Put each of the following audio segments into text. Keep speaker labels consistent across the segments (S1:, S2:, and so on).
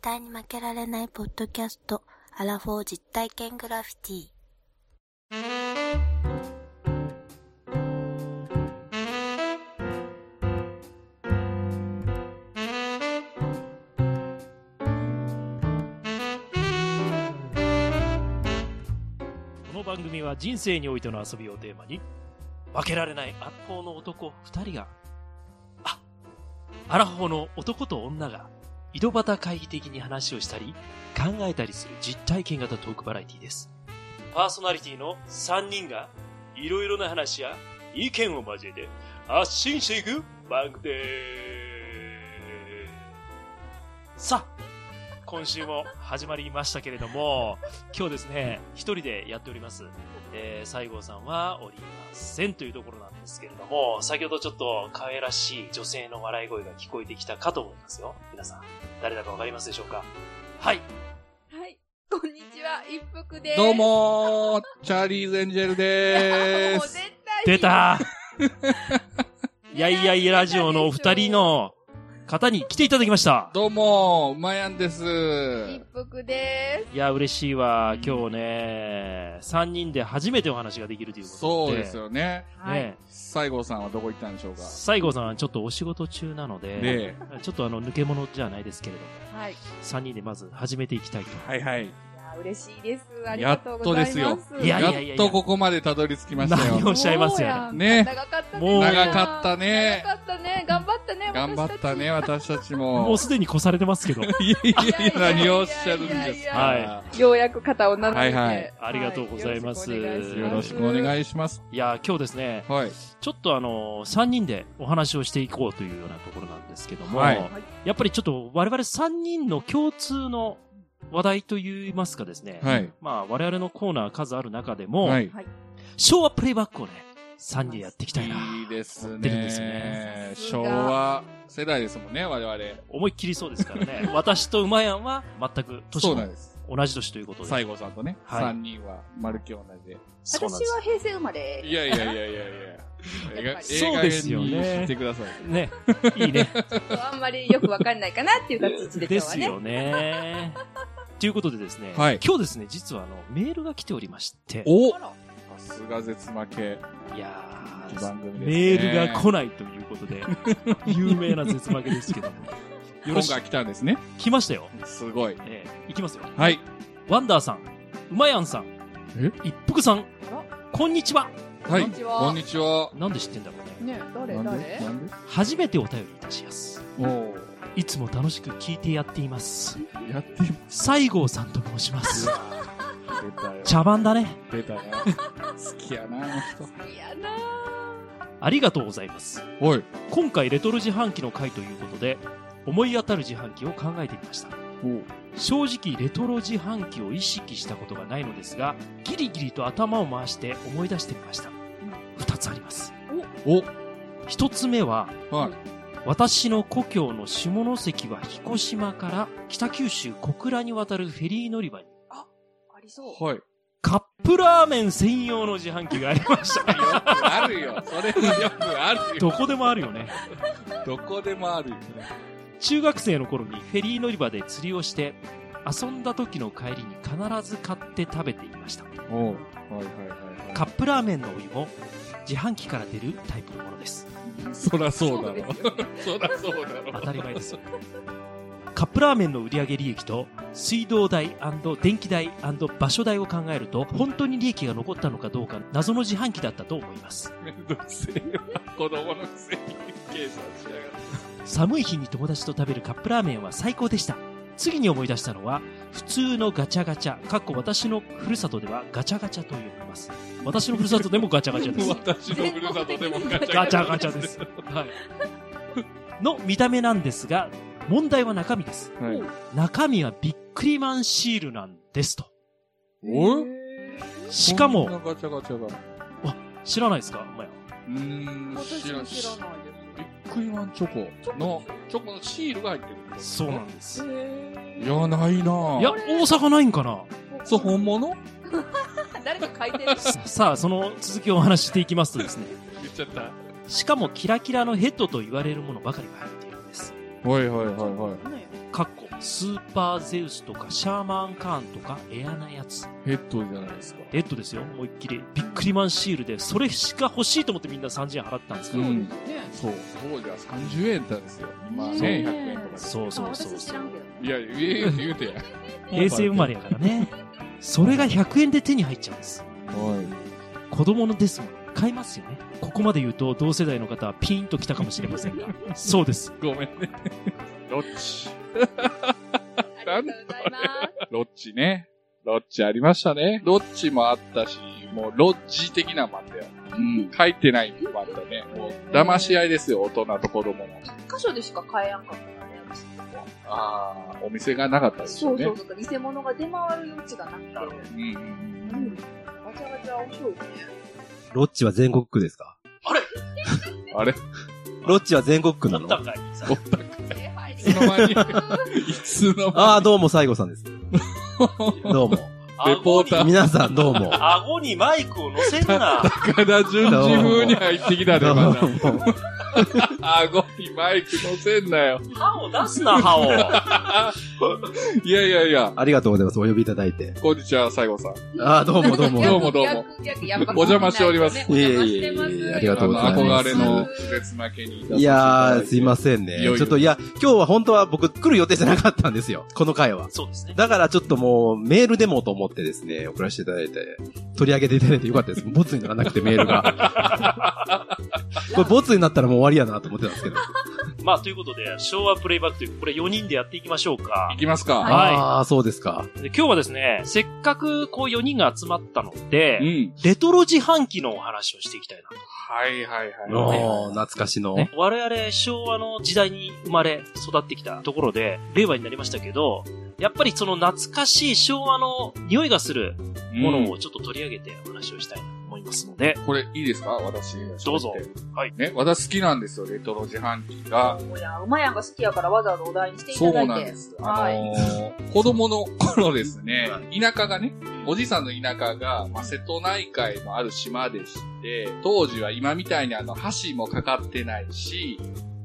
S1: 対に負けられないポッドキャスト、アラフォー実体験グラフィティ。
S2: この番組は人生においての遊びをテーマに、負けられない圧倒の男2人が、あ、アラフォーの男と女が、井戸端会議的に話をしたり、考えたりする実体験型トークバラエティです。パーソナリティの3人が、いろいろな話や意見を交えて発信していく番組です。さあ、今週も始まりましたけれども、今日ですね、一人でやっております。えー、西郷さんはおりませんというところなんですけれども、先ほどちょっと可愛らしい女性の笑い声が聞こえてきたかと思いますよ。皆さん、誰だかわかりますでしょうかはい。
S3: はい。こんにちは、一服です。
S4: どうもー、チャーリーズエンジェルでー
S3: もう
S4: す
S3: 絶。対
S2: 出た
S3: ね
S2: いやいやいやラジオのお二人。の方に来ていただきました。
S4: どうもー、うまやんです。
S3: 一服で
S2: いや、嬉しいわ。今日ね、三人で初めてお話ができるということで。
S4: そうですよね。
S3: す。
S2: ね。
S3: はい。
S4: 西郷さんはどこ行ったんでしょうか。
S2: 西郷さんはちょっとお仕事中なので、
S4: で、
S2: ちょっとあの、抜け物じゃないですけれども、
S3: はい。い
S2: 3人でまず始めていきたいと。
S4: はいはい。
S3: や、嬉しいです。ありがとうございます。
S4: やっとです
S2: よいやいや
S4: やっとここまでたどり着きました
S2: 何
S4: よ
S2: を。おっしゃいますよね
S3: もうや
S4: ね
S3: 長かったね。
S2: もう
S4: 長かったね
S3: 長かったね。頑張ったね。
S4: 頑張ったね、
S3: 私
S4: 私たち
S2: もう
S4: も。
S2: すでに越されてますけ ど。
S4: いやいやい
S3: い
S4: や、
S3: やいやいやいや
S4: 何をおっしゃるんですか。
S2: はい
S4: は
S3: たち。ようやく肩を並べて。
S4: はいはい
S2: ありがとうございます
S3: は
S4: いよろしくお願いします。
S2: いやー、今日ですね、
S4: はい。
S2: ちょっとあのー、3人でお話をしていこうというようなところなんですけども、
S4: はい
S2: やっぱりちょっと我々3人の共通の話題といいますかですね、
S4: はい。
S2: まあ我々のコーナー数ある中でも、
S4: はい。
S2: 昭和プレイバックをね、3人でやっていきたいな。
S4: いいです
S2: 持ってるんですよ
S4: ね
S2: ね。
S4: 昭和世代ですもんね、我々。
S2: 思いっきりそうですからね、 私と馬やんは全く年
S4: そうな
S2: も
S4: んです。
S2: 同じ年ということで。
S4: 西郷さんとね、
S2: はい
S4: 三人は、まるっきり同じで。
S2: そうなん
S3: 私
S2: で
S3: は
S2: す。
S3: 平成生まれ。
S4: いやいやいやいやい や。
S3: やっぱり
S2: そうですよね
S4: ええ加減にしてください。
S2: ね、いいね。
S3: あんまりよくわかんないかなっていう形で
S2: で
S3: 今日は
S2: す
S3: ね。
S2: よね。ということでですね、
S4: はい
S2: 今日ですね、実はあの、メールが来ておりまして、
S4: お
S3: あら
S4: さすが絶負け
S2: いやー
S4: 番組です、ね。
S2: メールが来ないということで、有名な絶負けですけ ども。よろしく
S4: 本が、来たんですね。
S2: 来ましたよ。
S4: すごい。
S2: ええいきますよ。
S4: はい。
S2: ワンダーさん、うまやんさん、
S4: え
S2: 一服さん
S3: あら、
S2: こんにちは。
S4: はい。
S3: こんにちは
S4: こんにちは。
S2: なんで知ってんだろうね。
S3: ね誰
S4: なんで
S3: 誰
S4: なんで
S2: 初めてお便りいたしやす。
S4: お
S2: いつも楽しく聞いてやっています。
S4: ーやってみ
S2: 西郷さんと申します。
S4: 出たよ。
S2: 茶番だね。
S4: 出たよ。好きやな、あの人。
S3: いやな
S2: ありがとうございます。
S4: おい。
S2: 今回レトロ自販機の回ということで思い当たる自販機を考えてみました正直レトロ自販機を意識したことがないのですがギリギリと頭を回して思い出してみました2つあります
S4: お。
S2: 1つ目は
S4: お。はい。
S2: 私の故郷の下関は彦島から北九州小倉に渡るフェリー乗り場に
S3: ありそう。
S4: はい。
S2: カップラーメン専用の自販機がありました
S4: よくあるよ。それはよくある
S2: ど
S4: よ。
S2: こでもあるよね
S4: どこでもあるよ。
S2: 中学生の頃にフェリー乗り場で釣りをして遊んだ時の帰りに必ず買って食べていました
S4: おう。はいはいはい、はい。
S2: カップラーメンのお湯も自販機から出るタイプのものです
S4: そらそうだ
S3: で
S4: ろ
S3: す。よね
S4: そらそうだろ。
S2: 当たり前ですよカップラーメンの売上利益と水道代電気代場所代を考えると本当に利益が残ったのかどうか謎の自販機だったと思います
S4: めんどくせえわ。子供のくせに計算しやがって。
S2: 寒い日に友達と食べるカップラーメンは最高でした次に思い出したのは普通のガチャガチャかっこ私のふるさとではガチャガチャと呼びます私のふるさとでもガチャガチ ャです
S4: 私のふるさとでもガチャ
S2: ガチャガチャです、はい、の見た目なんですが問題は中身です
S4: はい。
S2: 中身はビックリマンシールなんですと
S4: おい
S3: へー
S2: しか
S4: こんな
S2: も
S4: ガチャガチャが。
S2: 知らないですかお前は
S4: うーん、
S3: 私も知ら
S4: ビ
S3: ないです。
S4: ックリマンチョコの、チョコのシールが入ってる。
S2: そうなんです
S4: いや、ないなぁ
S2: いや大阪ないんかな
S4: そう、本物
S3: 誰か書いてる。
S2: ささあその続きをお話ししていきますとですね
S4: 言っちゃった。
S2: しかもキラキラのヘッドと言われるものばかりが入っているんです
S4: はいはいはいはい。
S3: ね
S2: かっこスーパーゼウスとかシャーマンカーンとかエアなやつ。
S4: ヘッドじゃないですか。
S2: レッドですよ、思いっきり。ビックリマンシールで、それしか欲しいと思ってみんな30円払ったんですけ
S4: う
S2: ど、
S4: ん。
S3: ね
S4: そう。そうじゃ、30円だったんですよ。まあね、
S3: ねえ
S4: 100円とかで。
S2: そうそうそう
S3: 私知
S2: そ
S3: らん
S2: う。
S3: けどね。
S4: いや、言え、言うてや。
S2: 平成生まれやからね。それが100円で手に入っちゃうんです。
S4: は
S2: 子供のですもん。買いますよね。ここまで言うと、同世代の方はピンときたかもしれませんが。そうです。
S4: い。ごめんね。ロッチ。
S3: ありがとうございます。
S4: ロッチね。ロッチありましたね。ロッチもあったし、もうロッジ的なもあったよ。うん。書いてないもあったね。もう、騙し合いですよ、大人と子供の。
S3: 一箇所でしか買えやんかったからね、私のとこは
S4: ああ、お店がなかったですよ
S3: そう
S4: ね。
S3: そうそう、偽物が出回る余地がなくて。
S4: うんうんうん。
S3: うん。わちゃわちゃ面白いね。
S5: ロッチは全国区ですか
S4: あれ
S5: ロッチは全国区な
S2: お
S5: の
S2: ったんかい
S4: いつの 間にいつの間
S5: ああ、どうも、西郷さ んです。どうも。
S4: レポーター
S5: 皆さんどうも。
S2: 顎にマイクを乗せる な。
S4: に高田純次風に入ってきた
S5: ど
S4: ね、
S5: う
S4: ま
S5: も
S4: だ。。顎にマイク乗せんなよ。
S2: 歯を出すな、歯を。
S4: いやいやいや、
S5: ありがとうございます。お呼びいただいて。
S4: こんにちは、西郷さん。
S5: あ あ、どうもどうも。
S4: どうもどうも
S3: 逆。逆やっぱ
S4: お邪魔しております
S3: ねお邪魔してます
S5: いえいえいえいえありがとうございます
S4: あの憧れの不別な家に。
S5: いやー、すいません
S4: いよ
S5: ね
S4: いよ。
S5: ちょっと、いや、今日は本当は僕来る予定じゃなかったんですよ。この回は。
S2: そうですね。
S5: だからちょっともう、メールでもと思ってですね、送らせていただいて、取り上げていただいてよかったです。ボツにならなくてメー ルが。これボツになったらもう終わりやなと思ってたんですけど。
S2: まあ、ということで、昭和プレイバックという、これ4人でやっていきましょうか
S4: 行。きます
S2: は
S4: か。
S2: い
S5: ああ、そうですか。
S2: で今日はですね、せっかくこう4人が集まったの
S4: う
S2: で、
S4: ん。
S2: レトロ自販機のお話をしていきたいな
S4: はいはい
S5: お
S4: はい。
S5: ー、懐かしの。
S2: ね、我々昭和の時代に生まれ育ってきたところで、令和になりましたけど、やっぱりその懐かしい昭和の匂いがするもの
S4: を。
S2: をちょっと取り上げてお話をしたいなと思いますので、
S4: これいいですか私。
S2: どうぞ。はい。
S4: ね、私好きなんですよ、レトロ自販機が。
S3: もうや、うまやんが好きやからわざわざお題にしてい
S4: そう
S3: ただいて。
S4: なんです。あ
S3: はい。
S4: のー、子供の頃ですね、田舎がね、おじさんの田舎が、まあ、瀬戸内海のある島でして、当時は今みたいにあの、橋もかかってないし、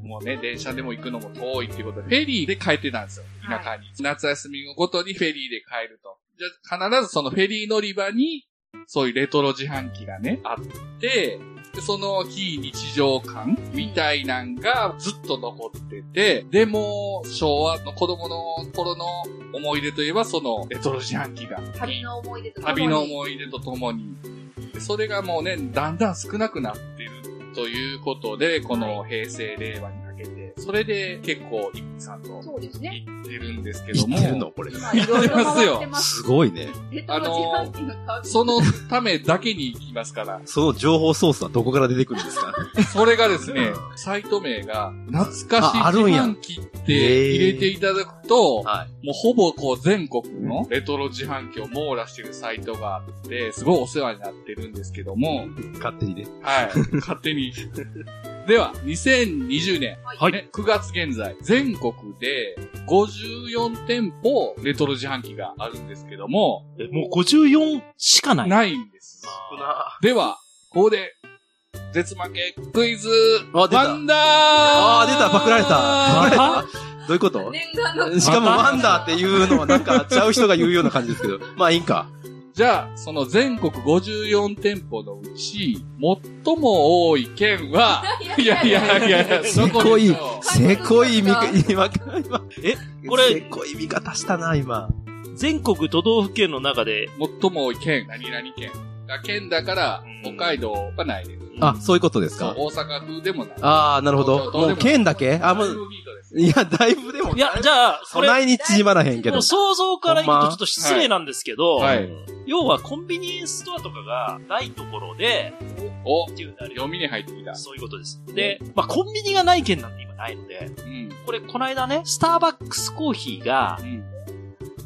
S4: もうね、電車でも行くのも遠いっていうことで、フェリーで帰ってたんですよ、田舎に。夏休みごとにフェリーで帰ると。じゃあ、必ずそのフェリー乗り場に、そういうレトロ自販機がね、あって、でその非日常感みたいなんがずっと残ってて、でも、昭和の子供の頃の思い出といえば、そのレトロ自販機が。
S3: 旅の思い出とか。
S4: 旅の思い出とともに。でそれがもうね、だんだん少なくなってるということで、この平成、令和にかけて、それで結構、一気さんと
S3: そうですね。
S4: 言ってるんですけ
S5: 言
S4: ども、
S5: ってるのこれ。
S3: 今いろいろ回ってます。
S5: すごいね。
S3: レトロ自販機の旅。
S4: そのためだけに行きますから、
S5: その情報ソースはどこから出てくるんですか
S4: それがですね、サイト名が、懐かし自
S5: ああるんや
S4: 販機って入れていただくと、
S5: はい。
S4: もうほぼこう全国のレトロ自販機を網羅してるサイトがあって、すごいお世話になってるんですけども、
S5: 勝手にね。
S4: はい、勝手に。 では、2020年、
S2: はい
S4: ね、9月現在、全国で54店舗レトロ自販機があるんですけども、
S2: えもう54しか ない。
S4: ないんです。
S2: な
S4: では、ここで、絶負けクイズ、
S5: あ出た
S4: ワンダー
S5: ああ、出たパクられたパクら
S2: ま
S5: れたどういうこと
S3: 念願の。
S5: しかもワンダーっていうのはなんかちゃう人が言うような感じですけど。まあいいんか。
S4: じゃあ、その全国54店舗のうち、最も多い県は、 いやいやいやいや、
S5: せ
S4: どこ
S5: こ
S4: でし
S5: い
S4: ょ、
S5: せこい見か、今、今、
S2: え、これ
S5: せこい見方したな、今。
S2: 全国都道府県の中で、
S4: う最も多い県、何々県。あ県だから、
S2: う
S4: 北
S2: ん
S4: 海道はないです。
S5: あ、そういうことです
S4: そう
S5: か。
S4: 大阪風でもない。
S5: ああ、なるほど。もう県だけあ、も、
S4: だいうぶヒントですよ
S5: いや、だいぶでも
S2: い、や、じゃあ、
S5: そ
S2: これ、
S5: ないに縮まらへんけ
S2: も
S5: ど
S2: う。想像から言う
S5: ほん
S2: と
S5: ま
S2: ちょっと失礼なんですけど、
S4: はい
S2: 要はコンビニエンスストアとかがないところで、
S4: お、
S2: っていうのであれば
S4: 読みに入ってきた。
S2: そういうことです。で、まあ、コンビニがない県なんて今ないので、
S4: うん。
S2: これ、この間ね、スターバックスコーヒーが
S4: うん。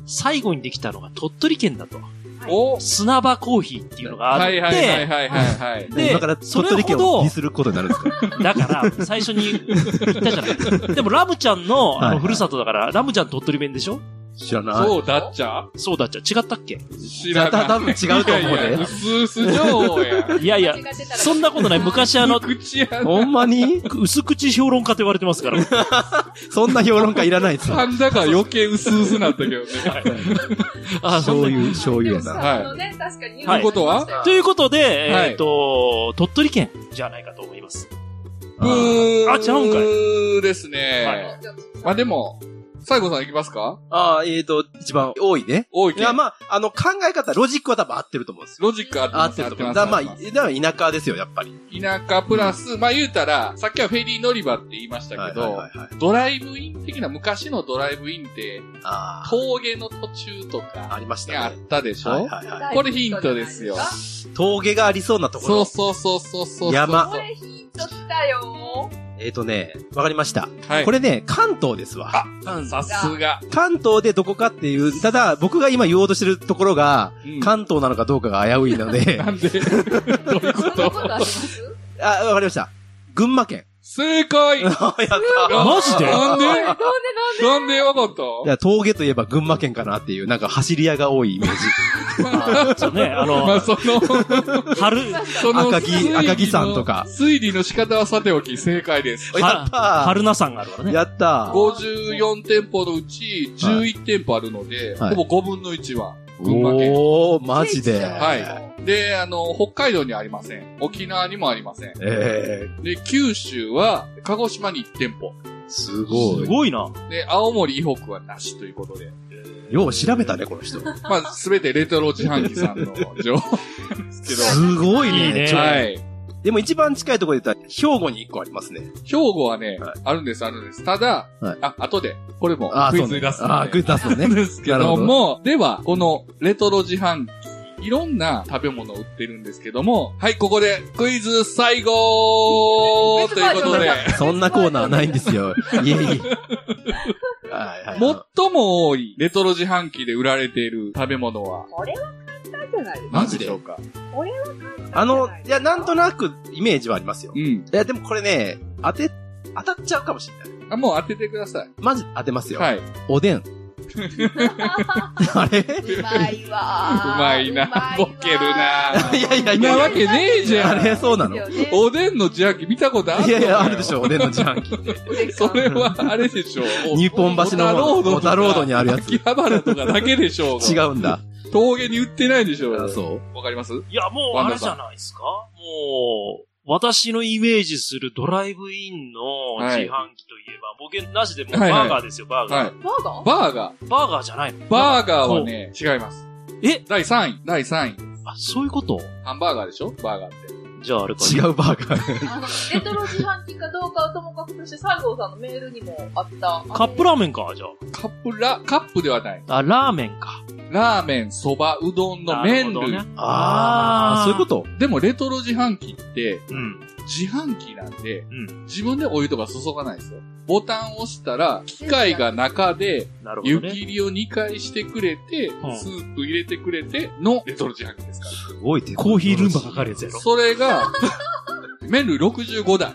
S2: 最後にできたのが鳥取県だと。
S4: お
S2: 砂場コーヒーっていうのがあって、
S4: はいはいはいはいはいはい。
S2: で
S5: 今から鳥取
S2: そ
S5: 県
S2: れほ
S5: を
S2: ど
S5: ディスることになるんですか
S2: だから、最初に言ったじゃない。でも、ラムちゃんの、
S5: は
S2: あ
S5: いは
S2: の、
S5: い
S2: ふるさとだから、ラムちゃん鳥取弁でしょ
S5: 知らない。
S4: そうだっちゃ
S2: そうだっちゃ、違ったっけ
S4: 知らない。
S5: た多分違うと思う
S4: いやいや
S5: ね。
S4: 薄々情報や。
S2: いやいや、そんなことない。昔 あの、
S4: 口やな。
S5: ほんまに
S2: 薄口評論家と言われてますから。
S5: そんな評論家いらないですよ。
S4: なんだか余計薄々なったけどね。
S2: あそんな
S5: 醤油、醤油や
S3: な。
S5: な。
S4: はい
S3: あのね、確かに。
S2: はい
S4: ということは
S2: ということで、
S4: はい
S2: えっ、と、鳥取県じゃないかと思います。
S4: うーん。
S2: あ違うんかいう
S4: ーですね。
S2: はい
S4: まあでも、最後さんいきますか
S5: ああ、えーと、一番多いね。
S4: 大い
S5: いや、まあ、あの、考え方、ロジックは多分合ってると思うんですよ。
S4: ロジックあって
S5: 合
S4: ま
S5: って
S4: す、
S5: る
S4: 合っ
S5: と
S4: て
S5: 思
S4: ま
S5: う。だ
S4: す。
S5: からまあ、
S4: 合って
S5: だから田舎ですよ、やっぱり。
S4: ます田舎プラス、まあ言うたら、さっきはフェリー乗り場って言いましたけど、
S5: いはい。
S4: ドライブイン的な、昔のドライブインって、
S5: あ
S4: 峠の途中と
S5: あ、あ
S4: か、
S5: りまし
S4: ねあ
S5: た
S4: っ
S5: ね。
S4: たでしょ、
S5: はいはいはい。
S4: これヒントですよ
S5: 峠がありそうなとこ
S4: そう
S5: ろ。
S4: そうそうそうそう。
S5: 山
S3: これヒントきたよ
S5: えーとね、わかりました。
S4: はい。
S5: こ
S4: れ、
S5: れね、関東ですわ。
S4: さすが。
S5: 関東でどこかっていう、ただ僕が今言おうとしてるところが、
S4: うん
S5: 関東なのかどうかが危ういので、
S4: なんでどういう
S3: そ
S4: こ
S3: んなこと
S4: と
S3: あります
S5: あ、わかりました。群馬県。
S4: 正解
S5: やった。
S2: マジで
S4: なんで
S3: なんで
S4: なんでわかった
S5: いや、峠といえば群馬県かなっていう、なんか走り屋が多いイメージ。
S2: そうね、 あ
S4: まあ、
S2: の、
S4: その、
S2: 春、
S4: その
S5: 赤木
S4: 推理の
S5: 赤木さんとか
S4: 推理の仕方はさておき正解です。
S5: おやったー
S2: 春菜さんがあるからね。
S5: やったー。
S4: 54店舗のうち11店舗あるので、
S5: はい
S4: ほぼ5分の1は群馬県。
S5: おー、マジで。
S4: はい。で、あの、北海道にはありません。沖縄にもありません。
S5: え
S4: で、九州は、鹿児島に1店舗。
S5: ー、すご
S2: す
S5: い。
S2: ごいな。
S4: で、青森、以北はなしということで。
S5: よう調べたね、この人。
S4: まあ、すべてレトロ自販機さんの情報なんですけど。
S5: すごいね。
S2: いいね
S5: ちょ
S4: はい。
S5: でも一番近いところで言ったら、兵庫に一個ありますね。
S4: 兵庫はね、
S5: はい
S4: あるんです、あるんです。ただ、
S5: はい
S4: あ、後で、これも
S5: あー
S4: クイ
S5: そう
S4: ズ
S5: ね
S4: に出すので
S5: あー、クイズ出すのね。
S4: ですけども、では、このレトロ自販機、いろんな食べ物を売ってるんですけども、はい、ここでクイズ最後ということで、
S5: そんなコーナーないんですよ。いえいえ。はいはい。
S4: 最も多いレトロ自販機で売られている食べ物は
S3: これは簡単じゃないですか
S5: マジで
S4: 何しょうか
S3: これは
S5: あの、いや、なんとなくイメージはありますよ
S4: う。ん。
S5: いや、でもこれね、当て、当たっちゃうかもしれない。
S4: あ、もう当ててください。
S5: マジ当てますよ。
S4: はい。
S5: お でん。あれ
S3: うまいわ
S4: うまいなボケるない
S5: やいやい
S4: なわ
S5: や、
S4: けねえじゃ
S5: あ
S4: ん
S5: れそうなのい
S4: おでんの自販機見たことある
S5: やいや、あるでしょ、おでんの自販 機。
S4: それはあれでし ょう。
S5: 日本橋の
S4: 小
S5: 小田ロードにあるやつ
S4: 秋葉原とかだけでしょうが。
S5: 違うんだ。
S4: 峠に売ってないでしょ
S5: あ
S4: う。
S5: そう。
S4: わかります
S2: いや、もうあれじゃないですか。もう、私のイメージするドライブインの自販機といえば、ボケなしでもう
S4: はいはい
S2: バーガーですよ、バーガー。
S4: はい。
S3: バーガー
S4: バーガー。
S2: バーガーじゃないの
S4: バーガーはね、違います。
S2: え
S4: 第3位、第3位。
S2: あ、そういうこと
S4: ハンバーガーでしょバーガーって。
S2: じゃああれか。
S5: 違うバーガー。
S3: あの、レトロ自販機かどうかはともかくとして、西郷さんのメールにもあった。
S2: カップラーメンか、じゃ
S4: カップラ、カップではない。
S2: あ。あ、ラーメンか。
S4: ラーメン、そば、うどんの
S2: なる
S4: 麺
S2: ほ
S4: 類。
S2: どね
S5: あー、そういうことと
S4: でもレトロ自販機って、
S2: うん。
S4: 自販機なんで、
S2: う
S4: 自分でお湯とか注がないですよ。ボタンを押したら、機械が中で、
S2: なるほ
S4: 湯
S2: ど
S4: 切
S2: ね。
S4: りを2回してくれて、
S2: ん
S4: スープ入れてくれてのレトロ自販機ですか
S5: すごい
S2: コーヒールンバかかるやつや
S4: ら。
S2: ろ。
S4: それが、 麺類65台。
S3: あ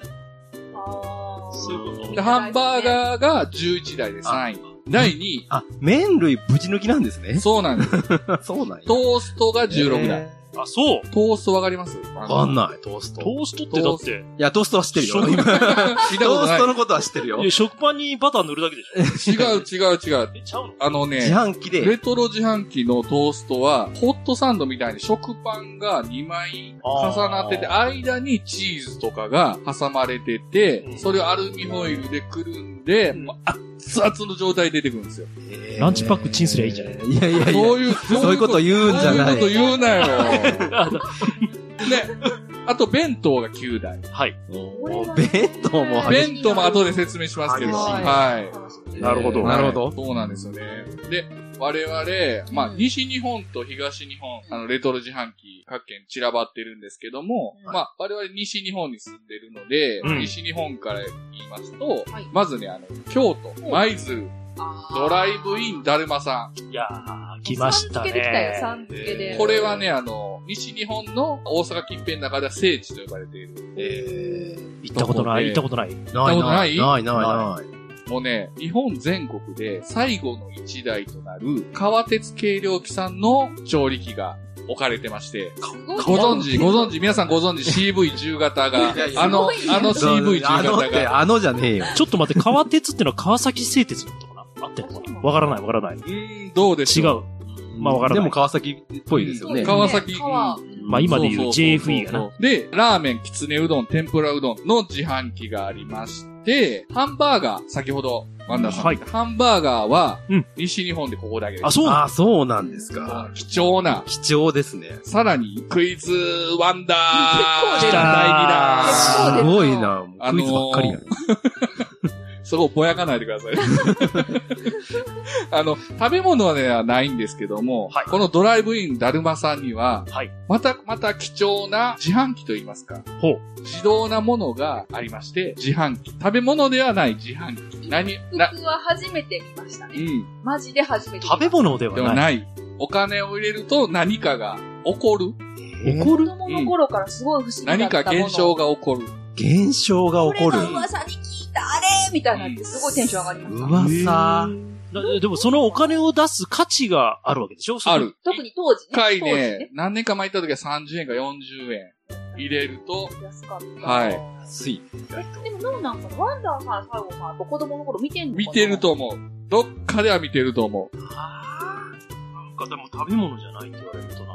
S3: ー
S2: そういうこと
S4: でハンバーガーが11台で3位。第2位、
S5: あ、麺類ぶち抜きなんですね。
S4: そうなんです
S5: そうなんや。
S4: トーストが16台。
S5: え
S2: あ、そう。
S4: トーストわかります
S5: ー。わかんない、トースト。
S2: トーストってだって、
S5: いや、トーストは知ってるよ。
S2: 食
S4: 見
S5: 今
S4: た
S5: ト
S4: こと
S5: ース
S4: ない
S5: ト。のことは知ってるよ
S2: いや。食パンにバター塗るだけでしょ。
S4: 違う違う違う。
S2: え、ちゃうの
S4: あの
S5: 自
S4: ね、
S5: 販機で。
S4: レトロ自販機のトーストは、ホットサンドみたいに食パンが2枚重なってて、間にチーズとかが挟まれて
S2: う
S4: て、
S2: ん
S4: それをアルミホイルでくるんで、
S2: うん
S4: もう熱々の状態で出てくるんですよ。
S5: えー
S2: ランチパックチンすりゃいいじゃない
S5: いやいやいや。
S4: そういう、
S5: そういうこと言うんじゃない
S4: そういうこと言うなよ。ね。あと、弁当が9台。
S2: はい。
S5: お弁当も激しい
S4: 弁当も後で説明しますけど。
S5: 激しい
S4: はい。
S2: なるほど
S5: なるほど。
S4: そうなんですよね。で、我々、まあ、
S3: うん
S4: 西日本と東日本、あの、レトロ自販機各県散らばってるんですけども、
S3: うん
S4: まあ、我々西日本に住んでるので、
S2: うん
S4: 西日本から言いますと、
S3: はい
S4: まずね、あの、京都、舞鶴、ドライブイン、だるまさ
S2: いやー、来ました
S3: さん付けできたよ、さ
S2: ね。
S3: ん付けで。
S4: ん。これはね、あの、西日本の大阪近辺の中では聖地と呼ばれている。
S5: えー
S2: 行ったことない、
S4: えー
S2: 行ったことない。
S5: ない
S4: な
S5: ないい。ないないない。
S4: もうね、日本全国で最後の一台となる、川鉄軽量機さんの調理器が置かれてまして、ご存知、ご存知、皆さんご存知、CV10 型が
S5: いやい、や
S4: あの、あの
S5: そう
S4: CV10
S5: あのっ
S4: 型
S5: て、
S4: が、。
S5: あのじゃねえよ。
S2: ちょっと待って、川鉄ってのは川崎製鉄のことかなあってるのかなわからないわからないう
S4: ーん、どうでし
S2: 違
S4: ょう。
S2: う。まあわからない
S5: でも川崎っぽいですよ
S4: う
S5: ね
S4: ん。川崎
S3: 川
S2: まあ今で言う
S4: そそそそ
S2: JFE やな
S4: で、ラーメン、きつねうどん、天ぷらうどんの自販機がありまして、ハンバーガー、先ほど、ワンダーさん、
S2: はい
S4: ハンバーガーは
S2: うん、
S4: 西日本でここだけです。
S2: あ、そうな
S5: ああ、そうなんです
S4: あ
S5: か。
S4: 貴重な、
S5: 貴重ですね。
S4: さらに、クイズワンダー
S3: 結構出
S4: 第2
S3: たそうです
S4: 弾
S5: す
S3: よ
S5: ごいな。もうクイズばっかりや、
S4: あそこぼやかないでください。あの、食べ物はね、ないんですけども、
S2: はい
S4: このドライブインだるまさんには、
S2: はい
S4: また、また貴重な自販機といいますか、
S2: ほう。
S4: 自動なものがありまして、自販機。食べ物ではない自販機。何、な、
S3: 僕は初めて見ました
S4: う
S3: ね。
S4: ん、
S3: マジで初めて見ま
S2: 食べ
S3: した。
S2: 物では
S4: では
S2: ない。
S4: ない。お金を入れると何かが起こる。
S5: 怒る
S3: 子供の頃からすごい不思議だった
S4: 何
S3: もの。
S4: か現象が起こる。
S5: 現象が
S3: こ
S5: 起こ
S3: れ
S5: る
S3: は。噂に聞いたあれみたいなんですごいテンション上がりました。
S5: 噂。
S2: なでもそのお金を出す価値があるわけでしょ
S4: あ。る。
S3: 特に当時
S4: 一
S3: ね。
S4: 回
S3: 当時
S4: ね、何年か前行った時は30円か40円入れると、
S3: 安かった。
S4: はい
S5: つい。
S3: えでもどうなんかなワンダーさん、最後さん、やっぱ子供の頃見てんのかな
S4: 見てる。と思う。どっかでは見てると思う。
S2: なんかでも食べ物じゃないって言われると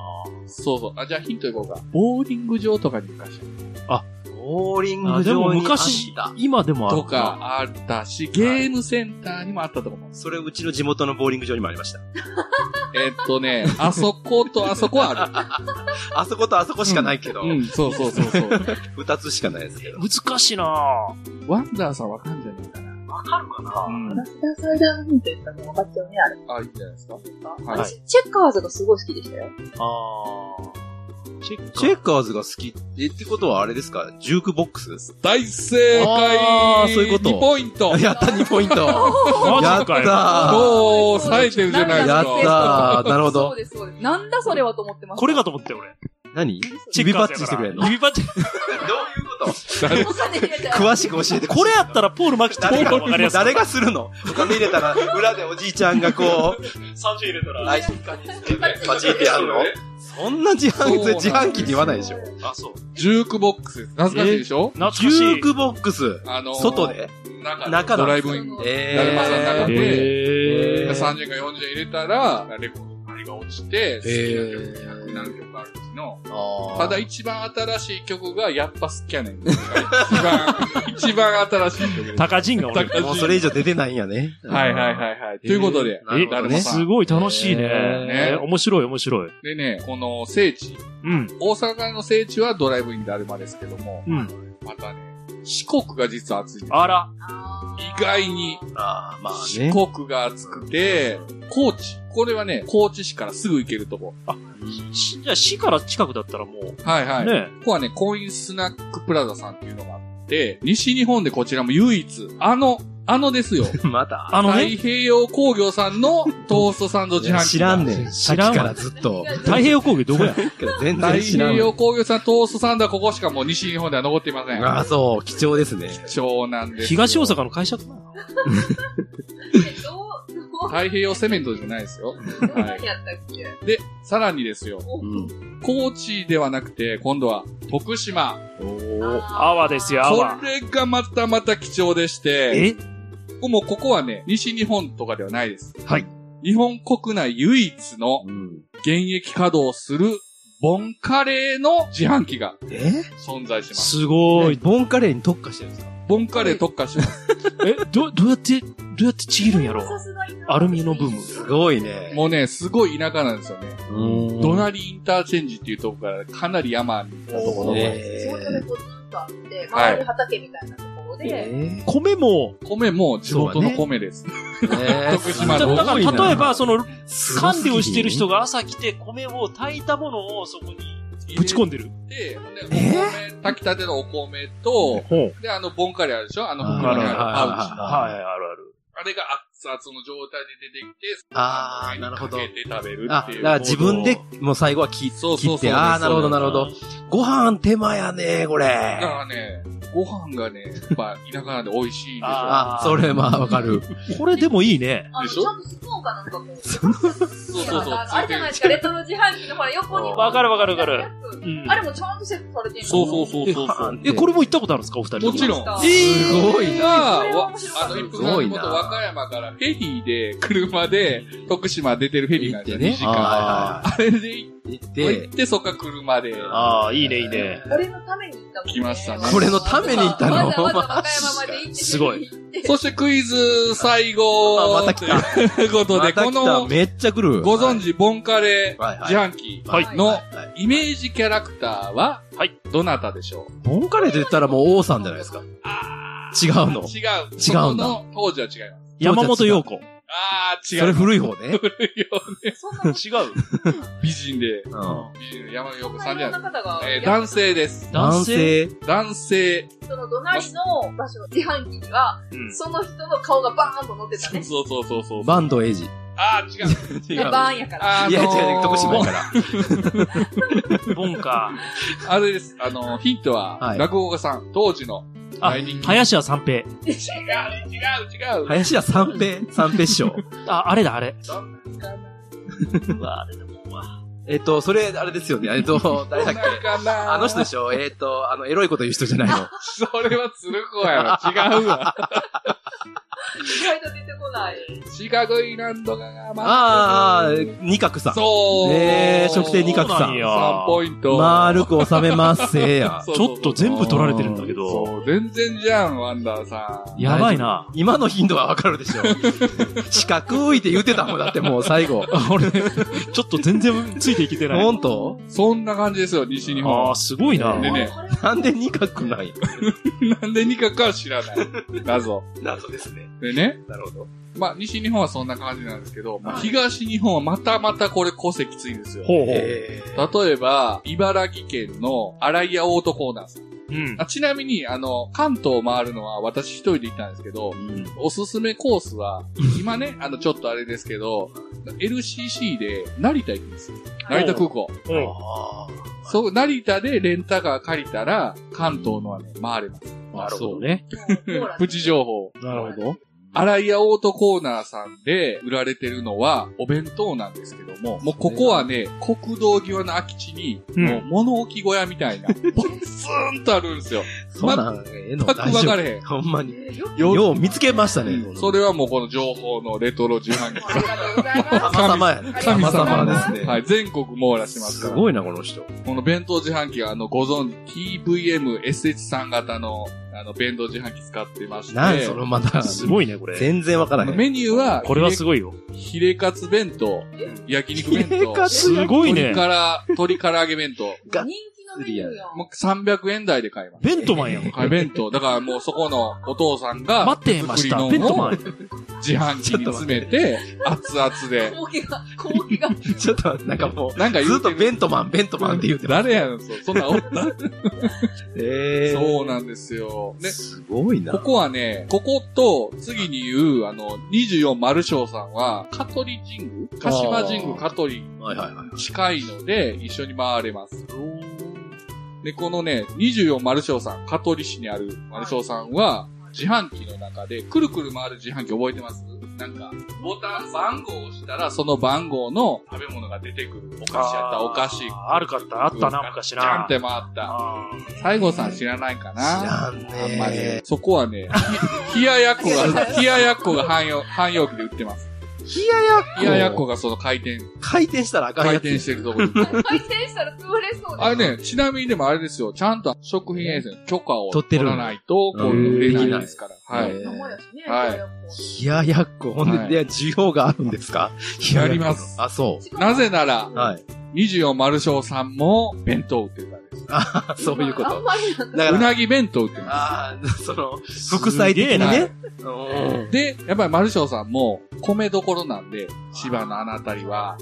S4: そうそう。あ、じゃあヒントいこうか。ボーリング場とかに昔
S5: ボーリン
S2: な。あ
S5: グ
S2: でも
S5: 場に
S2: 昔
S5: あった、
S2: 今でもあるな
S4: とか。あったし、ゲームセンターにもあったと思う。
S5: それうちの地元のボーリング場にもありました。
S4: えっと ね、あそことあそこはあ
S5: あそことあそこしかないけど
S4: る。、うん、そうそうそうそう。
S5: 二つしかないですけど。
S2: 難しいなわ
S4: ワンダーさんわかんじゃないかな。
S2: かるかな
S3: ラスダーサイダーフンって言ったの分かっちゃうね、あれ。
S4: あ、いいんじゃないですか。はい
S3: 私、チェッカーズがすごい好きでしたよ。
S2: あーチェック。
S5: チェッカーズが好き。え、ってことはあれですかジュークボックス
S4: 大正解
S5: あーそういうこと
S4: 2ポイント
S5: やった、2ポイント。や
S2: マ
S5: っ
S2: ジ
S5: た
S2: かよ。
S5: ー。
S4: どう冴えてるじゃないです
S5: やっ
S4: か。
S5: たー。なるほ
S3: そう
S5: ど。
S3: です、そうです。なんだそれはと思ってます。
S2: これかと思ったよ、俺。
S5: 何
S2: チェ
S5: 指
S2: ッ
S5: パ
S2: カ
S5: ッ
S2: ーズ
S5: チ
S2: や
S5: して
S2: か
S5: く
S2: ら
S5: れんのどういう
S2: 指パッチ。
S5: こと
S4: 誰
S3: お 金入れたら
S5: 詳しく教えて
S2: これやったらポール巻き
S5: 誰
S2: る
S5: が
S2: わかりやすい。
S5: 誰がするのお金入れたら、裏でおじいちゃんがこう、
S2: 30入れたら。
S5: 来週かにつけて、パチってやるのそんな自
S4: そうな
S5: 販
S4: んです
S5: 自
S4: よ
S5: 販機って言わないでしょ。
S2: あ、そう。
S4: ジュークボックス。懐かしいでしょ
S2: 懐かし
S5: ジ
S2: い。
S5: ュークボックス。
S4: あのー
S5: 外で
S4: 中
S5: 中だ
S4: ドライブイン。
S5: え
S4: だるまさん中で、
S5: ー。えー
S4: 30か40入れたら、レコードの針が落ちて、好きな曲100何曲あるうちの、ただ一番新しい曲がやっぱ好きや ねん。一番、一番新しい曲です。
S2: 高陣が俺。
S4: 高陣
S5: もうそれ以上出てないんやね。
S4: はいはいはいはい。ということで、
S5: なるほ
S4: だ
S5: ど
S4: る
S5: ね
S4: まさ
S2: す
S4: ん。
S2: ごい楽しいね。
S4: ね
S2: ね面白い面白い。
S4: でね、この聖地、
S2: うん。
S4: 大阪の聖地はドライブインであるまですけども、
S2: うん。
S4: またね、四国が実は暑いんです。
S2: あら。
S4: 意外に
S5: ああ、まあね。
S4: 四国が暑くて、高知。これはね、高知市からすぐ行けるとこ。
S2: しじゃあ市から近くだったらもう。
S4: はいはい。
S2: ね
S4: ここはね、コインスナックプラザさんっていうのがあって、西日本でこちらも唯一、あの、あのですよ。
S5: まだ
S2: あの
S4: 太
S2: ね、
S4: 平洋工業さんのトーストサンド自販機。
S5: 知らんねん。
S2: 知らんわ
S5: さっきからずっと。
S2: 太平洋工業ど こや
S5: 全
S4: 太
S5: 然知
S4: 平
S5: らんわ。
S4: 洋工業さんトーストサンドはここしかもう西日本では残っていません。
S5: ああ、そう、貴重ですね。
S4: 貴重なんですよ。
S2: 東大阪の会社かな
S3: どう、どう、
S4: 太平洋セメントじゃないですよ。は
S3: 何やったっけ
S4: い。で、さらにですよ。
S5: うん。
S4: 高知ではなくて、今度は徳島。
S5: おー
S2: アワですよ、ア
S4: こ
S2: ワ。
S4: れがまたまた貴重でして、
S2: え
S4: もうここはね、西日本とかではないです。
S2: はい。
S4: 日本国内唯一の
S5: うん
S4: 現役稼働するボンカレーの自販機が
S5: え
S4: 存在します。
S2: すごい。
S5: ボンカレーに特化してるんですか
S4: ボンカレー特化します。
S2: え、ど、どうやって、どうやってちぎるんやろ
S3: さすがに
S2: アルミのブーム。
S5: すごいね。
S4: もうね、すごい田舎なんですよね。
S5: うん
S4: ドナリインターチェンジっていうとこからかなり山に行ったところ。
S5: え
S3: そういうのこずんとあって、
S4: はい
S3: 周り畑みたいなところで、
S5: え
S2: 米も、
S4: 米も地元の米です。
S5: ー
S4: 徳島
S2: じゃ
S4: の
S2: あだから例えば、その、
S5: すごすぎ
S2: 管理をしてる人が朝来て米を炊いたものをそこにぶち込んでる。
S4: で、ほんでお米、炊きたてのお米と、
S2: ほう。
S4: で、あの、ボンカレーあるでしょあの、
S5: あー
S4: 袋にあるパウチ。
S2: はい、あるある。
S4: あれが熱々の状態で出てきて、
S5: あ
S4: の上
S5: ー
S4: に
S5: なるほど
S4: かけて食べる
S5: あ
S4: っ、てい
S5: だ
S4: う。
S5: から自分でもう最後は切
S4: そうそうそう
S5: 切って、ああ、なるほど、なるほど。ご飯手間やね、こ
S4: だか
S5: れ。
S4: らね、ご飯がね、やっぱ田舎なんで美味しいでしょ。
S5: あ、それ、まあ、わかる。
S2: これでもいいね。
S3: あの、
S4: でしょ
S3: ちゃんとスプーンかなんかも。そう
S4: そうそうそう
S3: あれじゃないですか、レトロ自販機のほら、横に。
S2: わかるわかるわかる
S3: やつ
S2: うん
S3: あれもちゃんとセットされてる
S4: そうそう
S3: う。
S4: そうそうそう。
S2: え、これも行ったことあるんですかお二人とも。
S4: もちろん。
S3: え
S5: すごい
S4: が、
S5: な。
S4: わあの、一
S5: す
S4: 服さ
S5: ご
S4: ん
S5: い
S4: の
S5: な
S4: と和歌山からフェリーで、車で、徳島出てるフェリー
S5: 行
S4: があ
S5: っ
S4: るじ
S5: て
S4: ゃない
S5: ね
S4: で。すか。
S5: あ
S4: あれで行
S5: ー行っ
S4: って
S5: て、、
S4: そっから車で。
S2: ああ、いいね、いいね。
S3: 俺のために行ったもんね。
S4: 来ましたね
S5: これのために行ったの
S3: わざわざ和歌山まで行って。
S2: すごい。
S4: そしてクイズ最後。
S5: あまた来た
S4: ということで、
S5: また
S4: こ
S5: 来た
S4: の、
S5: めっちゃ来る。
S4: ご存知、ボンカレ
S5: はい
S4: 自販機
S2: はい
S3: はい
S4: の
S5: はい
S4: イメージキャラクターは
S2: はい、
S4: どなたでしょう
S5: ボンカレーと言ったらもう王さんじゃないですか。違うの。
S4: 違う。
S5: 違うんだ
S4: そこの当時は違います。
S2: 山本陽子。
S4: ああ、違う。
S5: それ古い方ね。
S3: そんな
S2: 違う。
S4: 美人で、
S5: うん
S4: 美人で山陽子
S3: そ
S4: さ
S3: ん
S4: ん
S3: な
S4: じ
S3: いろ
S4: ゃ
S3: んな
S4: な
S3: 方
S4: い。
S3: が。
S4: えー男性です。
S2: 男
S5: 男
S2: 性
S5: 性
S4: 男性。
S3: その隣の場所、自販機には、
S2: うん
S3: その人の顔がバーンと乗ってた
S4: そう
S3: ね。
S4: そうそうそうそう。
S5: バンドエイジ。
S4: ああ、違う。
S5: 違
S3: ねバーンやから。
S4: あのー
S5: いや、違う違う、徳島やから。
S2: ボンか。
S4: あれです。あのー、ヒントは、
S5: はい
S4: 落語家さん、当時の
S2: あ
S4: 大人、気。
S2: 林家三平。
S4: 違う、違う、違う。
S5: 林家三平三平師匠。
S2: あ、あれだ、あれ。
S5: えっと、それ、あれですよね。えっと、誰だっけ
S4: 誰かな
S5: あの人でしょえっと、あの、エロいこと言う人じゃな いの。
S4: それは鶴子やろ。違うわ。
S3: 意外と出てこない。
S4: シカゴイランドが、
S5: あーあー、二角さん。
S4: そう。
S5: えー食生二角
S2: そう
S5: さ
S2: なん
S5: ん
S2: や。
S4: 3ポイント。
S5: 丸く収めますせーや。
S4: そう
S2: ちょっと全部取られてるんだけど。
S4: そう、全然じゃん、ワンダーさん。
S2: やばいな。
S5: 今の頻度はわかるでしょ。四角いって言ってたもんだってもう 最後。
S2: 俺、ちょっと全然ついていけてない。
S5: ほんと
S4: そんな感じですよ、西日
S2: あ
S4: 本
S2: あ、。すごいな。
S4: でね
S3: あれ
S5: なんで二角ない
S4: なんで二角かは知らない。謎。
S5: 謎ですね。
S4: でね。
S5: なるほど。
S4: まあ、西日本はそんな感じなんですけど、まあ、東日本はまたまたこれ個性きついんですよ。
S2: ほうほう。
S5: えー、
S4: 例えば、茨城県の荒井屋オートコーナーさん。
S2: うん
S4: あ。ちなみに、あの、関東を回るのは私一人で行ったんですけど、おすすめコースは、今ね、あの、ちょっとあれですけど、LCC で成田行くんですよ。成田空港。
S2: うん
S4: そう、成田でレンタカー借りたら、関東のはね、回れます。
S2: なるほどね。
S3: ほら
S4: プチ情報。
S2: なるほど。
S4: 荒井屋オートコーナーさんで売られてるのはお弁当なんですけども、もうここはね、国道際の空き地に、
S2: うん
S4: もう物置小屋みたい な、ポツンとあるんですよ。
S5: そんなん、ええの
S4: 全く
S5: 大
S4: 分
S5: 丈
S4: か
S5: 夫。
S4: れへん。
S5: ほんまに。
S3: えーよく
S5: よう見つけましたね。
S4: それはもうこの情報のレトロ自販
S3: あり
S4: 機。
S3: がとうございま
S5: 様様やね。
S4: 神様
S5: 様ですね。
S4: はい、全国網羅します
S5: す
S4: から。
S5: ごいな、この人。
S4: この弁当自販機は、あの、ご存知、TVMSH3 型の、あの、弁当自販機使ってまして、
S5: なんそのまた、
S2: すごいね、これ。
S5: 全然わからへん。
S4: メニューは、
S2: これはすごいよ。
S4: ヒレカツ弁当、焼肉弁
S5: ヒレ
S4: 当
S5: カ、ツ
S2: すごいね
S4: 鶏。から、鶏唐揚げ弁当。
S3: す。人気のメニューやん。
S4: もう300円台で買います。
S2: ベントマンやん。
S4: はい、弁当。だからもうそこのお父さんが
S2: 待ってました。
S4: 作
S2: ベ
S4: り
S2: ン
S4: の
S2: ト
S4: を
S2: マン。
S4: 自販機に詰めて、熱々で。
S3: 高気が、高気が。
S5: ちょっと待って、なんかもう、
S4: なんか
S5: ず
S4: 言
S5: っ
S4: うて
S5: と
S4: る
S5: ベントマン、ベントマンって言うてます。
S4: 誰やねん、そう。そんなおった、
S5: え
S4: そうなんですよ。ね。
S5: すごいな
S4: こ。こはね、ここと、次に言う、あの、24丸章さんは、香取神宮鹿島神宮香取に
S5: はいはいはい。
S4: 近いので、一緒に回れます。で、このね、24丸章さん、香取市にある丸章さんは、自販機の中で、くるくる回る自販機覚えてますなんか、ボタン番号を押したら、その番号の食べ物が出てくる。お菓子やったらお菓子。
S2: あるかった、あったな、昔
S4: ジャン
S2: な
S4: っ。て回った。
S2: あー
S4: 西郷さん知らないかな
S5: 知らんね
S4: あんまり。そこはね、ひ冷ややっこが、冷ややっこが汎用、汎用機で売ってます。
S5: 冷ややっこ。
S4: 冷ややっこがその回転、
S5: 回転したらあかん
S4: 回
S5: やつ。
S4: 転してるとこに。
S3: 回転したら潰れそう
S4: あれね、ちなみにでもあれですよ、ちゃんと食品衛生の許可を
S5: 取ってる
S4: 取らないと、こういうの売れないですから。は
S5: え
S4: い。
S5: ー
S3: 名前やしね。
S4: はい
S3: 冷ややっ
S5: 冷ややっこ。ほんで、
S4: はい
S5: い、や、需要があるんですか冷
S4: や
S5: ややっこ
S4: ります。
S5: あ、そ
S3: こ
S4: なぜなら
S5: う。、はい。
S4: 24丸章さんも弁当売ってるからです。
S5: あそういうこ
S3: あん
S5: と。
S3: まりなんか
S5: だか
S4: う
S5: ら、
S4: なぎ弁当売ってま
S5: ああ、その、副菜的に
S4: すげえな
S5: ね。うん
S4: す。で、やっぱり丸章さんも米どころなんで、千葉のあの辺りは、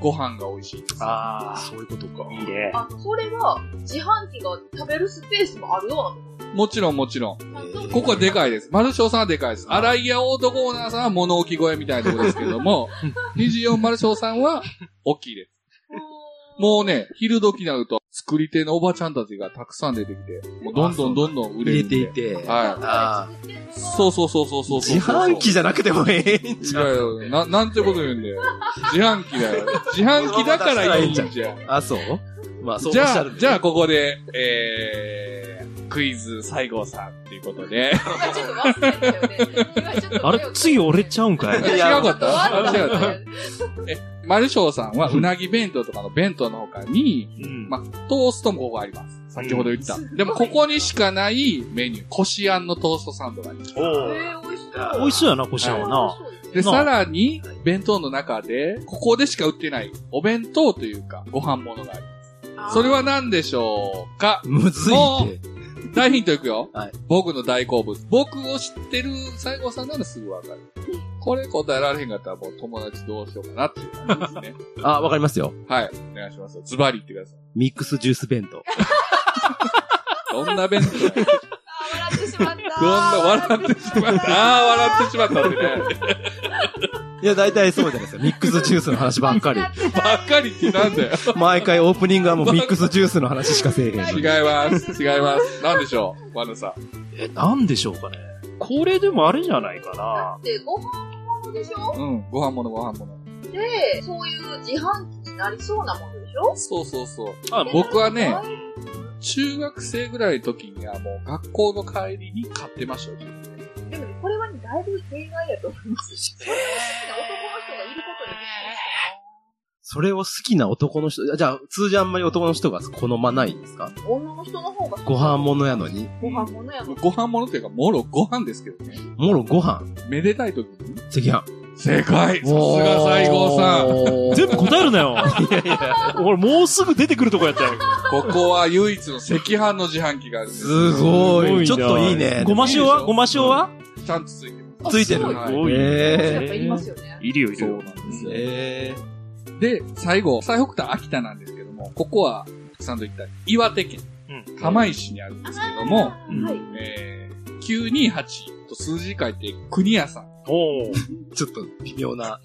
S4: ご飯が美味しいです。
S2: あ
S5: そういうことか
S2: ー、。いいね。
S3: あの、それは、自販機が食べるスペースもあるよ
S4: もちろんもちろん。
S3: うなとこ。
S4: ここはでかいです。丸章さんはでかいです。荒井屋オートコーナーさんは物置小屋みたいなとこですけど も、24丸章さんは大きいです。
S3: も
S4: もうね、昼時になると作り手のおばちゃんたちがたくさん出てきて、もうどんどんどんどん売れ
S5: 入れ
S4: るん
S5: て
S4: で
S5: いて。
S4: は
S5: あ
S4: い。そうそうそうそうそうそう。
S5: 自販機じゃなくてもええん
S4: い
S5: じゃ
S4: や
S5: ん。
S4: いや、な、なんてこと言うんだよ。自販機だよ。自販機だからいいんじゃん。
S5: あ、そうまあ、そう
S4: じ
S5: おっし
S4: ゃあ
S5: る、
S4: じゃあここで、えー、クイズ西郷さんっていうことで。
S3: ちょっと忘れたよね。今ちょっと
S2: あれ次折れちゃうんかい
S4: 違う
S5: や
S4: かった
S3: 終わ
S4: あ
S3: っ
S4: 違
S3: た
S4: うかった。マルショーさんはうなぎ弁当とかの弁当の他に、
S2: うん
S4: まあ、トーストもここあります。先ほど言った。でもここにしかないメニュー、こしあんのトーストサンドがあります。
S2: お
S3: え
S2: ー
S3: ー、美味しそう。
S2: 美味しそうやな、こしあんはな。
S4: で、
S2: なあ
S4: さらに、弁当の中で、ここでしか売ってない、お弁当というか、ご飯物があります。それは何でしょうか
S5: むずい
S4: も
S5: って。
S4: 大ヒントいくよ。
S5: はい
S4: 僕の大好物。僕を知ってる西郷さんならすぐわかる。これ答えられへんかったらもう友達どうしようかなっていう感じですね。
S5: あ、わかりますよ。
S4: はい。お願いします。ズバリ言ってください。
S5: ミックスジュース弁当。
S4: どんな弁当や
S3: あー笑ってしまった。
S4: どんな、笑ってしまった。ああー、笑ってしまったってね。
S5: いや、大体そうじゃない ですか。ミックスジュースの話ばっかり。
S4: ばっかりってなんだよ。
S5: 毎回オープニングはもうミックスジュースの話しかせえへんの
S4: 違い
S5: に。
S4: ます。違います。なんでしょうワンダさん。
S2: え、なんでしょうかね。これでもあれじゃないかな。
S3: で、ご飯物でしょ
S4: うん。ご飯物、ご飯物。
S3: で、そういう自販機になりそうなものでしょ
S4: そうそうそう。
S2: あ
S4: 僕はね、中学生ぐらいの時にはもう学校の帰りに買ってましたよ。
S3: でもね、これはね、だいぶ例外やと思います。これを好きな男の人がいることに
S5: それを好きな男の人、じゃあ、通常あんまり男の人が好まないんですか
S3: 女の人の方が
S5: ご飯物やのに。
S3: ご飯物やもん。
S4: ご飯物っていうか、もろご飯ですけどね。
S5: もろご飯。
S4: めでたい時に。
S5: 赤飯。
S4: 正解さすが西郷さん。
S5: ん
S2: 全部答えるなよ。俺もうすぐ出てくるとこやったよ。
S4: ここは唯一の赤飯の自販機があるんです
S5: すご。
S2: すごいない
S5: ちょっといいね。
S2: ごま塩
S4: いいでし
S2: は
S4: ょ
S2: ごま塩は
S4: ちゃんとついてま
S5: ついてる。
S4: あ
S2: ごい
S3: や
S5: え
S3: っぱいりますよね。
S2: いるよ、い
S4: す。
S2: るよ。
S4: なんです
S5: え
S4: で、最後、最北端秋田なんですけども、ここは、さんと言った岩手県
S2: うん、
S4: 釜石にあるんですけども、
S2: うん
S3: はい。
S4: えー、928と数字書いて、国屋さん。
S2: おー
S5: ちょっと微妙な。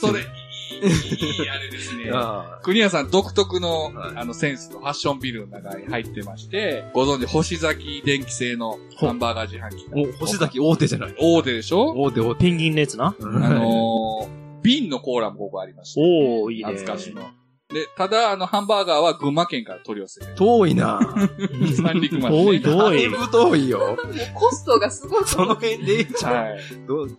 S4: それ、いい、いい、あれですね。
S5: あ
S4: 国屋さん独特の、
S5: はい
S4: あの、センスとファッションビルの中に入ってまして、ご存知、星崎電気製のハンバーガー自販機。
S5: お、星崎大手じゃない。
S4: 大手でしょ
S5: 大手大手。
S2: ペンギンのやつな。
S4: あのー、瓶のコーラもここありまして、
S2: おおいいね。
S4: 懐かしの。で、ただ、あの、ハンバーガーは群馬県から取り寄せてる。
S5: 遠 いな。
S4: 三陸まで、ね。
S2: 遠い、遠
S5: だ
S2: い
S5: い。ぶ遠いよ。
S3: コストがすごい。
S5: その辺でいいじゃん。
S4: はい。
S5: どうどう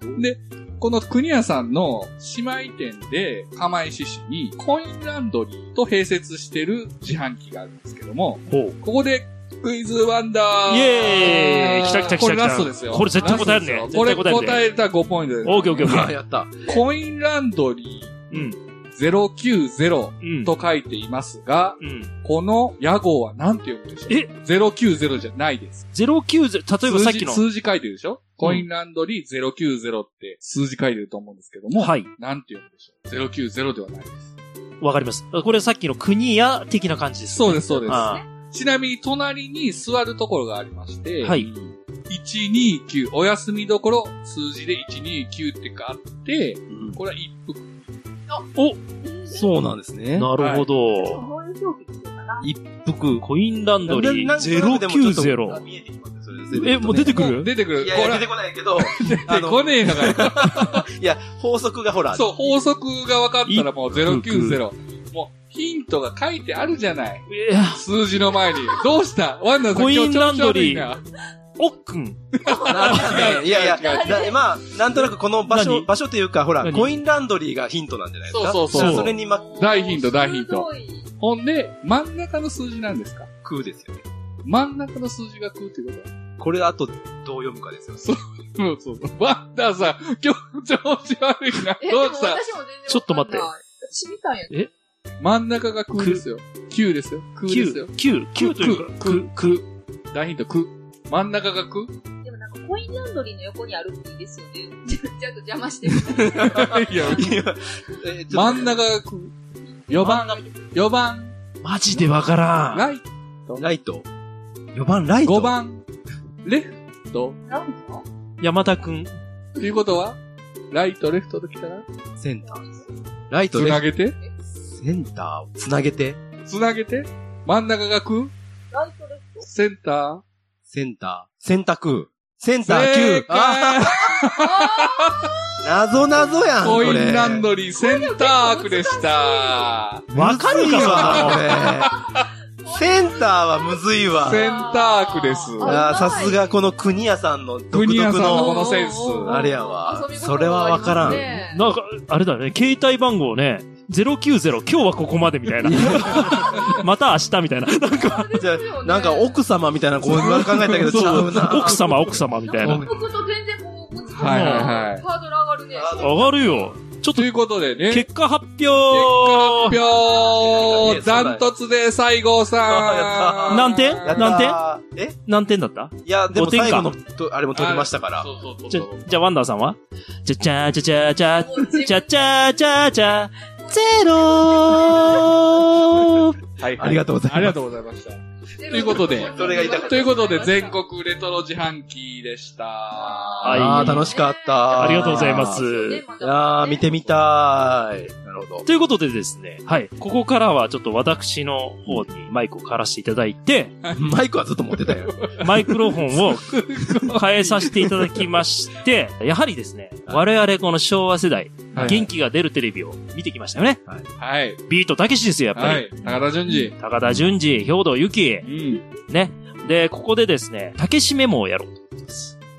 S4: この国屋さんの姉妹店で釜石市にコインランドリーと併設してる自販機があるんですけども、
S2: ほう。
S4: ここでクイズワンダー
S2: イエーイ来た来た来た来た
S4: これラストですよ。
S2: これ絶対答えるね
S4: ラストですよこれ
S2: 絶対答えるね
S4: 答えたら5ポイントです。
S2: オーケーオーケーオーケ
S5: あ
S2: ー。
S5: やった。
S4: コインランドリ
S2: うん。う
S4: ー
S2: ん
S4: 090。と書いていますが、
S2: うん。
S4: この屋号は何て読むでしょう
S2: え
S4: ?090 じゃないです。
S2: 090、例えばさっきの。
S4: 数字数字書いてるでしょコインランドリー090って数字書いてると思うんですけども、
S2: はい。
S4: なんて読むでしょう ?090 ではないです。
S2: わかります。これさっきの国や的な感じです。
S4: そうです、そうです。
S2: あ
S4: ちなみに隣に座るところがありまして、
S2: あはい。
S4: 129、お休みどころ、数字で129ってかあって、
S5: うん
S4: これは一服。
S2: お
S5: そうなんですね。
S2: なるほど。
S3: そういう表記にするかな。
S5: 服。
S2: コインランドリー090。え、もう出てくる
S4: 出てくる。
S5: いやい
S4: これ
S5: や、出てこない けど、
S4: 出てこねえのがよ
S5: いや、法則がほら、
S4: そう、法則が分かったらもう
S2: 一服
S4: 090。もう、ヒントが書いてあるじゃない。
S2: いや、
S4: 数字の前に。どうしたワンダさん
S2: コインランドリー
S4: 今日調子悪い
S2: おっくん。
S5: なるほどねいやい や、
S4: 違う違
S3: う
S5: だまあ、なんとなくこの場所、
S2: 何
S5: 場所というか、ほら、
S2: 何
S5: コインランドリーがヒントなんじゃないですか。
S4: そうそうそう
S5: だからそれに、ま、
S4: 大ヒント大ヒント
S3: 鋭い
S4: なほんで、真ん中の数字なんですか
S5: 空ですよね。
S4: 真ん中の数字が食うってこと
S5: これ、あと、どう読むかですよ。
S4: そうそうそう。ワンダーさん、今日調子悪いな。
S3: え、でも
S4: どう
S3: 私も全
S4: した
S3: 然
S2: ちょっと待って
S3: わかんない。私みたんやけど。
S4: 真ん中が空ですよ。9ですよ。空ですよ
S2: 9、。9、9というか、
S4: く
S2: く、く。
S4: 大ヒント空。真ん中 が空
S3: でもなんかコインランドリーの横にあるっていいですよね。 ちょっと邪魔してみたい。
S4: いや、
S5: えーちょっと
S4: 真ん中が空。4番、4番、
S2: マジでわからん。
S4: ライ
S5: ライト。4番ライト。
S4: 5。番、レフト。
S3: なんか
S2: 山田くん。
S4: ということは、ライト、レフトときたら、
S5: センター。ライト
S4: つな
S5: で、
S4: げて、
S5: センターをつなげて。
S4: つなげて。真ん中が空
S3: ライトレフト。
S4: センタ
S5: センター。選択。セン
S4: ー
S5: ター
S4: 正
S5: 9。
S4: 解
S5: 謎謎やん、こ
S4: コ
S5: れ。
S4: インランドリーセンタークでした。
S2: わかるか、
S5: わ、これ。センターはむずいわ。
S4: センタークです。
S5: あーさすがこの国屋さんの独
S4: 国屋さん
S5: 特
S4: のこ
S5: の、
S4: のセンス
S5: あれやわ
S3: 遊び。
S5: それはわからん。
S3: 心がありますね
S2: なんか、あれだね、携帯番号ね、090、今日はここまでみたいな。また明日みたいな。なんか、
S5: じゃあなんか奥様みたいな、こう考えたけど違うな。
S2: 奥様、奥様みたいな。
S3: 僕と全然こう、こっちの
S4: はいはいはい
S3: ハードル上がるね。
S2: 上がるよ。ちょっ
S4: と
S2: と
S4: いうことでね、
S2: 結果発表
S4: 発表ダントツで西郷さん
S2: なんて
S5: やったーえ
S2: 何点だった
S5: いや、で
S2: お
S5: も
S2: 天下
S5: 最後のと、あれも取りましたから。
S4: そうそう
S2: じ
S4: そ
S2: ゃ
S4: うそう、
S2: じゃあワンダーさんはじゃじゃじゃじゃじゃ
S3: もう自
S2: じゃ
S3: 分
S2: じゃじゃじゃゼロー
S4: はいはい
S5: ありがとうございます
S4: ありがとうございました。
S3: と
S4: ということで
S5: それが痛かった
S4: ということで、全国レトロ自販機でした。
S2: い
S5: ああ、楽しかった。
S2: ありがとうございます
S5: いやー、見てみたーい。なるほど。
S2: ということでですね、はい。ここからはちょっと私の方にマイクをからしていただいて、
S5: マイクはずっと持ってたよ。
S2: マイクロフォンを変えさせていただきまして、やはりですね、我々この昭和世代、
S4: はい
S2: 元気が出るテレビを見てきましたよね。
S4: はい。
S2: ビートたけしですよ、やっぱ
S4: は
S2: り。
S4: い。高田純次。
S2: 高田純次、兵藤由紀
S4: う、ん。
S2: ね。で、ここでですね、たけしメモをやろうと。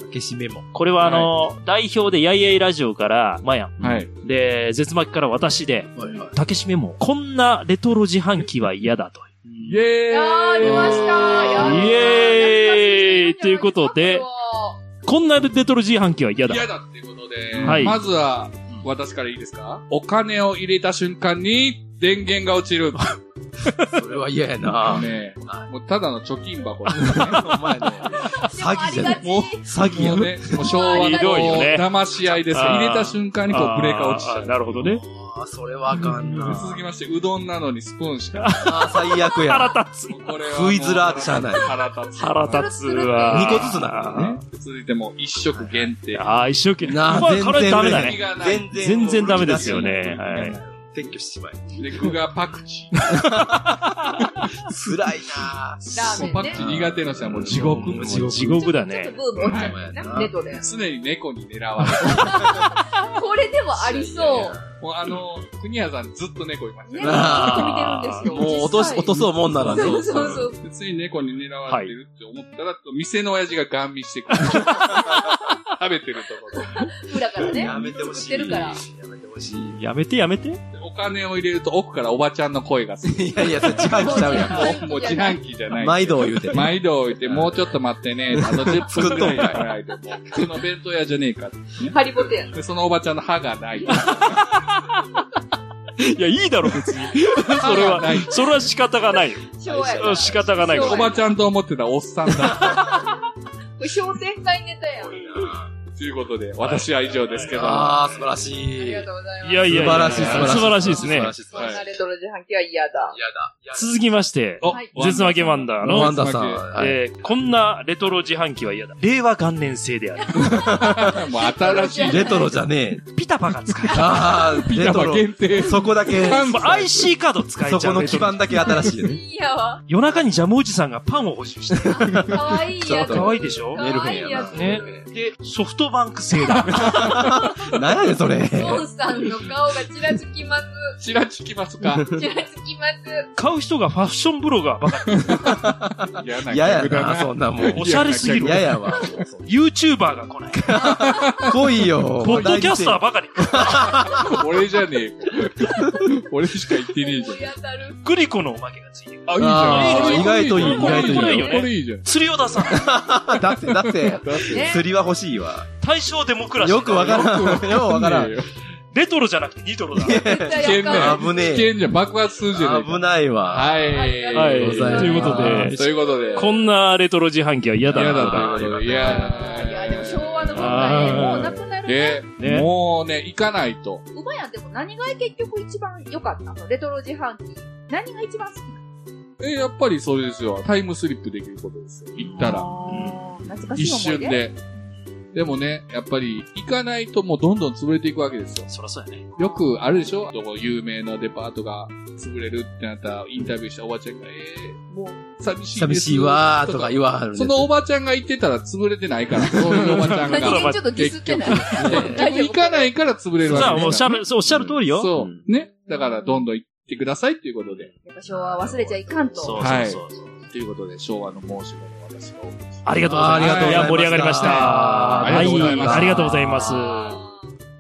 S5: 消しメモ。
S2: これはあの、代表でやいやいラジオから、まやん。
S4: はい。
S2: で、絶巻から私で、
S5: はいはい。
S2: たけしメモ、こんなレトロ自販機は嫌だと。
S4: イェーイ
S3: いやー、りました。やー
S2: イエーイということで、
S3: 懐か
S2: こんなレトロ自販機は嫌だ。
S4: 嫌だっていうことで、
S2: はい
S4: まずは、私からいいですかお金を入れた瞬間に、電源が落ちる。
S5: それは嫌やな
S4: ね
S5: は
S4: もうただの貯金箱です
S5: お前ね、詐欺じゃない。
S3: でもありがち
S5: 詐欺
S4: も
S5: や
S4: うね、もう昭和の
S2: ひどいよね
S4: 騙し合いですよ。
S2: あー
S4: 入れた瞬間にこうブレーカー落ちちゃ
S2: あ
S4: う。
S2: なるほどね。
S5: あーそれはあかんな
S4: で続きまして、うどんなのにスプーンしかない。
S5: あー最悪や。
S2: 腹立つ
S4: も。うこれはもう
S5: 食いづらーしゃあない
S4: 腹立つ。
S2: 腹立つわ。
S5: 二個ずつな。
S4: ね続いてもう一食限定。
S2: ああ、一生懸命。
S5: なあ
S2: これこれダメだ
S4: 全
S2: ね。
S4: 然
S2: 全然ダメですよねはい。
S5: 撤去してしまえ。
S4: で、具がパクチー。
S5: 辛いな
S3: ラーメンね
S4: もうパクチー苦手な人はもう地獄
S5: うん
S4: の
S5: 地獄
S2: 地獄だ
S3: しいですちょっ
S2: ね。
S3: とブーム起きちゃったよね
S5: はい
S3: レトロで。
S4: 常に猫に狙われる。
S3: これでもありそう。
S4: もうあの、国谷さんずっと猫いまし
S3: ね、ずっ
S4: たよ
S3: と
S4: ね。
S5: ね
S3: 見てるんですよ。
S5: もう落とし、落と
S3: う。
S5: そうもんならね。
S3: そうそうそう。
S4: ついに猫に狙われてるって思ったら、店の親父がガン見して くる。食べてるところ。
S3: 裏からね。
S5: やめてほしい。
S3: 知ってるから
S5: やめてほしい。
S2: やめてやめて。
S4: お金を入れると奥からおばちゃんの声がする。
S5: いやいや、それ自販機ちゃうや。
S4: もうもう自販機じゃなんい。
S5: 毎度言うて。
S4: 毎度置いて、もうちょっと待ってね。あと10分くらい
S5: 作っとんかい
S4: ないと。もう普通の弁当屋じゃねえか。
S3: ハリボテやん。
S4: で、そのおばちゃんの歯がない。
S2: いや、いいだろ、別に。それ
S4: ない
S2: は、それは仕方がないよ。
S3: 昭和やか
S2: うん
S3: ら。
S2: 仕方がない
S3: そう
S4: おばちゃんと思ってたおっさんだ。
S3: これ商店街ネタやん。あ
S4: ということで、私は以上ですけども。
S5: ああ、素晴ら
S3: り
S5: しい。
S3: がとうございます。
S2: いやい
S5: 素
S2: や
S5: 晴らしい、素晴らしい。
S2: 素晴らしいですね
S5: 素晴らしい素
S3: こ
S5: 晴ら
S3: ん
S5: しい
S3: なレトロ自販機は嫌だ。
S5: 嫌だ。嫌だ
S2: 続きまして、
S4: お
S3: はい
S2: 絶負けマンダーの
S5: ワンダさん。はい
S2: えーこんなレトロ自販機は嫌だ。令和元年製である。
S4: もう新しい。
S5: レトロじゃねえ。
S2: ピタパが使える。
S5: ああ、レトロ。
S4: 限定。
S5: そこだけ、
S4: 関
S2: もう IC カード使えちゃ。
S5: そうこの
S2: レト
S5: 基
S2: ロ
S5: 盤だけ新しい よね。
S3: いいやわ。
S2: 夜中にジャムおじさんがパンを補修してる。
S3: かわいいやつ。
S5: ちょっと
S2: 可愛いでしょ
S3: か
S5: メルヘンやな。
S3: 可愛い
S2: ね
S3: や。
S2: で、ソフトバンク製だ。
S5: なんやねん、それ。
S3: ゴンさんの顔がちらつきま
S4: ちらつきますか
S3: す。ちらつきます。
S2: 買う人がファッションブロガーばか
S4: 嫌な
S5: 嫌や
S4: 客だ
S5: な、そんなも
S2: り。。
S5: ん
S2: おしゃれすぎる
S5: 嫌。やわ。
S2: YouTuber が来ない。
S5: 来いよ。
S2: ポッドキャスターばかり。
S4: 俺じゃねえか。俺しか言ってねえじゃ
S3: 思
S4: ん
S3: い当たる。
S2: グリコのおまけがついてる。
S4: あ、いい
S5: あ
S4: じゃん。
S5: ー意外といい
S4: これ
S5: 意外といい
S4: これこれいいじゃん。
S2: 釣りを出さん。
S5: だって、だって、
S4: だって
S3: ね
S5: 釣りは欲しいわ。
S2: 対象デモクラシー。
S5: よくわからん。よくわからん。
S4: 危ね
S2: レトロじゃなくてニトロだ。
S3: 絶対あ
S4: 危険だ
S3: か
S4: よ
S3: ん。
S5: 危ね
S4: えよ危
S5: え。
S4: 険じゃん。爆発するじゃねえか
S5: 危ないわ。
S4: はい。
S3: はい
S4: ありが
S2: ということで
S4: ございますということ で。
S2: こんなレトロ自販機は嫌だ
S4: 嫌
S2: な。
S4: だということで。いや
S3: いや、でも昭和の文化ね、もうなくなるね。
S4: え、もうね、行かないと。
S3: 馬やんでも何が結局一番良かったのレトロ自販機。何が一番好きな
S4: え、やっぱりそれですよ。タイムスリップできることですよ。行ったら。
S3: の懐かしい
S4: 一
S3: 思い
S4: 瞬
S3: 出。
S4: で。でもね、やっぱり行かないともうどんどん潰れていくわけですよ。
S2: そらそうやね。
S4: よくあるでしょどこ有名なデパートが潰れるってなったらインタビューしたおばちゃんが、えー、もう寂しいです
S5: 寂しいわーとか言わはるんで
S4: そ
S5: す
S4: のおばちゃんが行ってたら潰れてないから、そういうおばちゃんが。
S3: 最近ちょっとディスっ
S4: 結
S3: て
S4: 局
S3: ない。
S4: 結局行かないから潰れる
S2: そ
S4: わけ
S2: ら、
S4: ね
S2: おっしゃる、そうおっしゃる通りよ。
S4: そうう。ね。だから、どんどん行ってくださいっていうことで。
S3: やっぱ昭和忘れちゃいかんと。
S2: そう
S4: は
S2: そう
S4: い
S2: そうそう。
S4: ということで、昭和の申し子の私がお送りしました
S2: ありがとうございます。
S4: あーありがとうございました
S2: や、盛り上がりました。
S4: ありがとうございます
S2: はありがとうございます。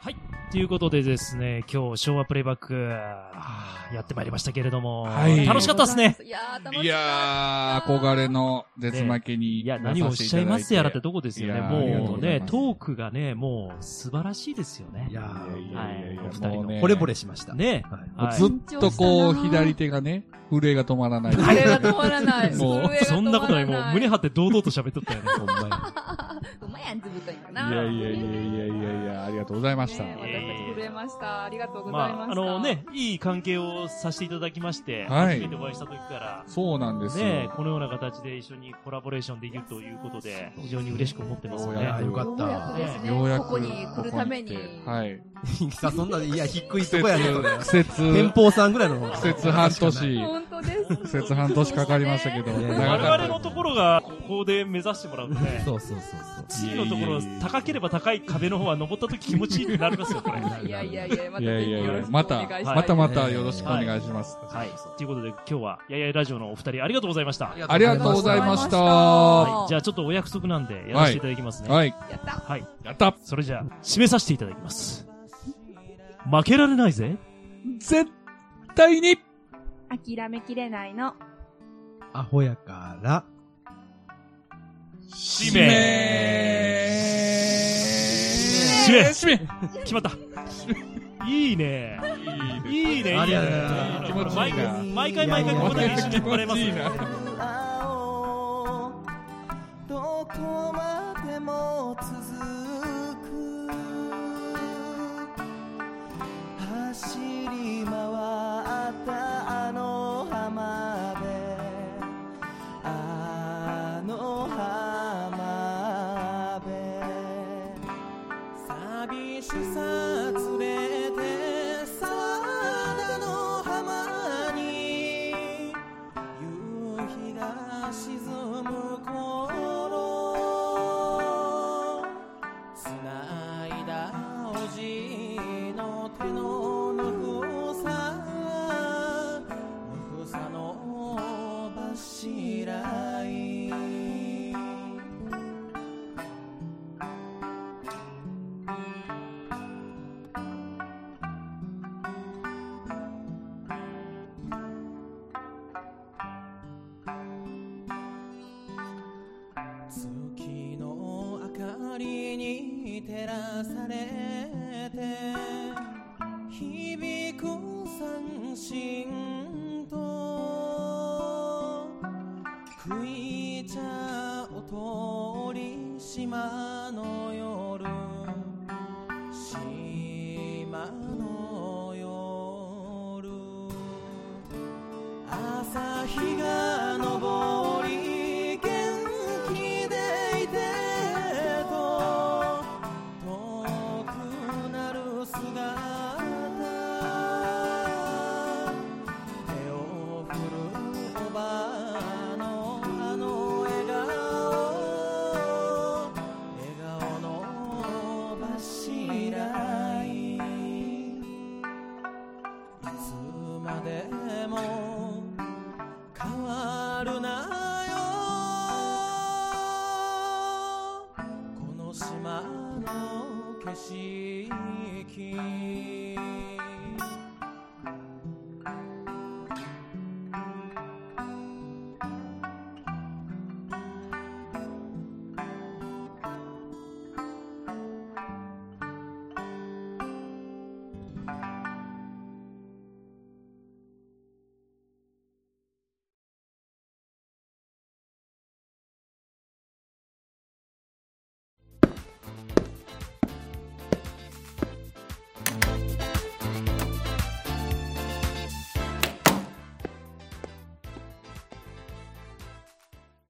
S2: はい。ということでですね、今日昭和プレイバック、はあやってまいりましたけれども、
S4: はい
S2: 楽しかったですね。。
S3: いやー、楽しかった。
S4: いやー、憧れの絶負けに。
S2: いや、何をおっしゃいますやらってとこですよね。
S4: いやありがとう
S2: もう
S4: ござい
S2: ね、
S4: ます
S2: トークがね、もう素晴らしいですよね。
S5: いやー
S4: いやいやいや
S2: はいお二人の
S4: もうね
S5: 惚れ惚れしました。。
S2: ね。
S4: もう
S2: はい
S4: ずっとこう、左手がね、震えが止まらない。
S3: あれが止まらない。
S4: もう
S3: 震えが止まら
S2: そんなことない。もう胸
S3: う
S2: 張って堂々と喋っとったよね、ほんまに。
S3: まいやん、ずぶといか
S4: い
S3: な。
S4: やいやいやいやいやいや、ありがとうございま
S3: ね
S4: し
S3: 私
S4: た。
S3: たち震えました。ありがとうございま
S2: まあ、
S3: した。
S2: あのね、いい関係をさせていただきまして、
S4: はい
S2: 初めてお会いした時から、
S4: そうなんですよ。
S2: ね、このような形で一緒にコラボレーションできるということで、非常に嬉しく思ってます
S4: いや
S5: あ
S4: ー
S5: あ、
S2: ね。
S5: よか
S3: よ
S5: っ
S3: うやく
S5: た。
S3: ですね。
S4: ようやく
S3: ここに来るために。
S4: はい。
S5: さ、そんな、 いや、低い
S4: 季
S5: とこやね。
S4: 節、
S5: 天
S4: 季
S5: 保さんぐらいの。季
S4: 節半。年。
S3: 本当です。
S4: 季節半年かかりましたけど、
S5: ね
S2: 我
S4: 長
S2: 々
S4: か
S2: の
S4: っ
S2: ところが、ここで目指してもらうとね、
S5: そうそうそうそう。
S2: 次のところ
S4: いやいやいや、
S2: 高ければ高い壁の方は登った時気持ちいいってなりますよ、こ れ。はい
S3: やいやいや、また
S4: た。いやいやい
S3: よろ
S4: や
S3: し、く
S4: ま、
S3: お願いしたい
S4: またまたよろしくお願いします。
S2: い。ということで、今日は、ややいラジオのお二人、ありがとうございました。
S4: ありがとうございました。は
S2: はい。じゃあ、ちょっとお約束なんで、やらせていただきますね。
S4: い。
S3: やった。
S2: はい。
S4: やった
S2: それじゃあ、締めさせていただきます。負けられないぜ。
S4: 絶対に
S6: 諦めきれないの。
S5: アホやから。
S2: 締
S4: 締
S2: め
S4: 締め
S2: 決まった。いいね。いいね。いいね。
S5: ありがとうございます
S4: 気持ちいいな
S2: 毎回毎回ここで一緒に来れます
S4: 気持ちいいな
S7: 青どこまでも続く走り回ったあの浜辺あの浜辺寂しさ連れてさだの浜に夕日が沈む頃繋いだおじいの手のぬくさぬくさの柱い月の明かりに照らされて響く三振と吹いちゃお通り島の夜島の夜朝日が昇り元気でいてと遠くなる姿手を振るおばあのあの笑顔笑顔の柱いいつまでも変わるなよこの島の景色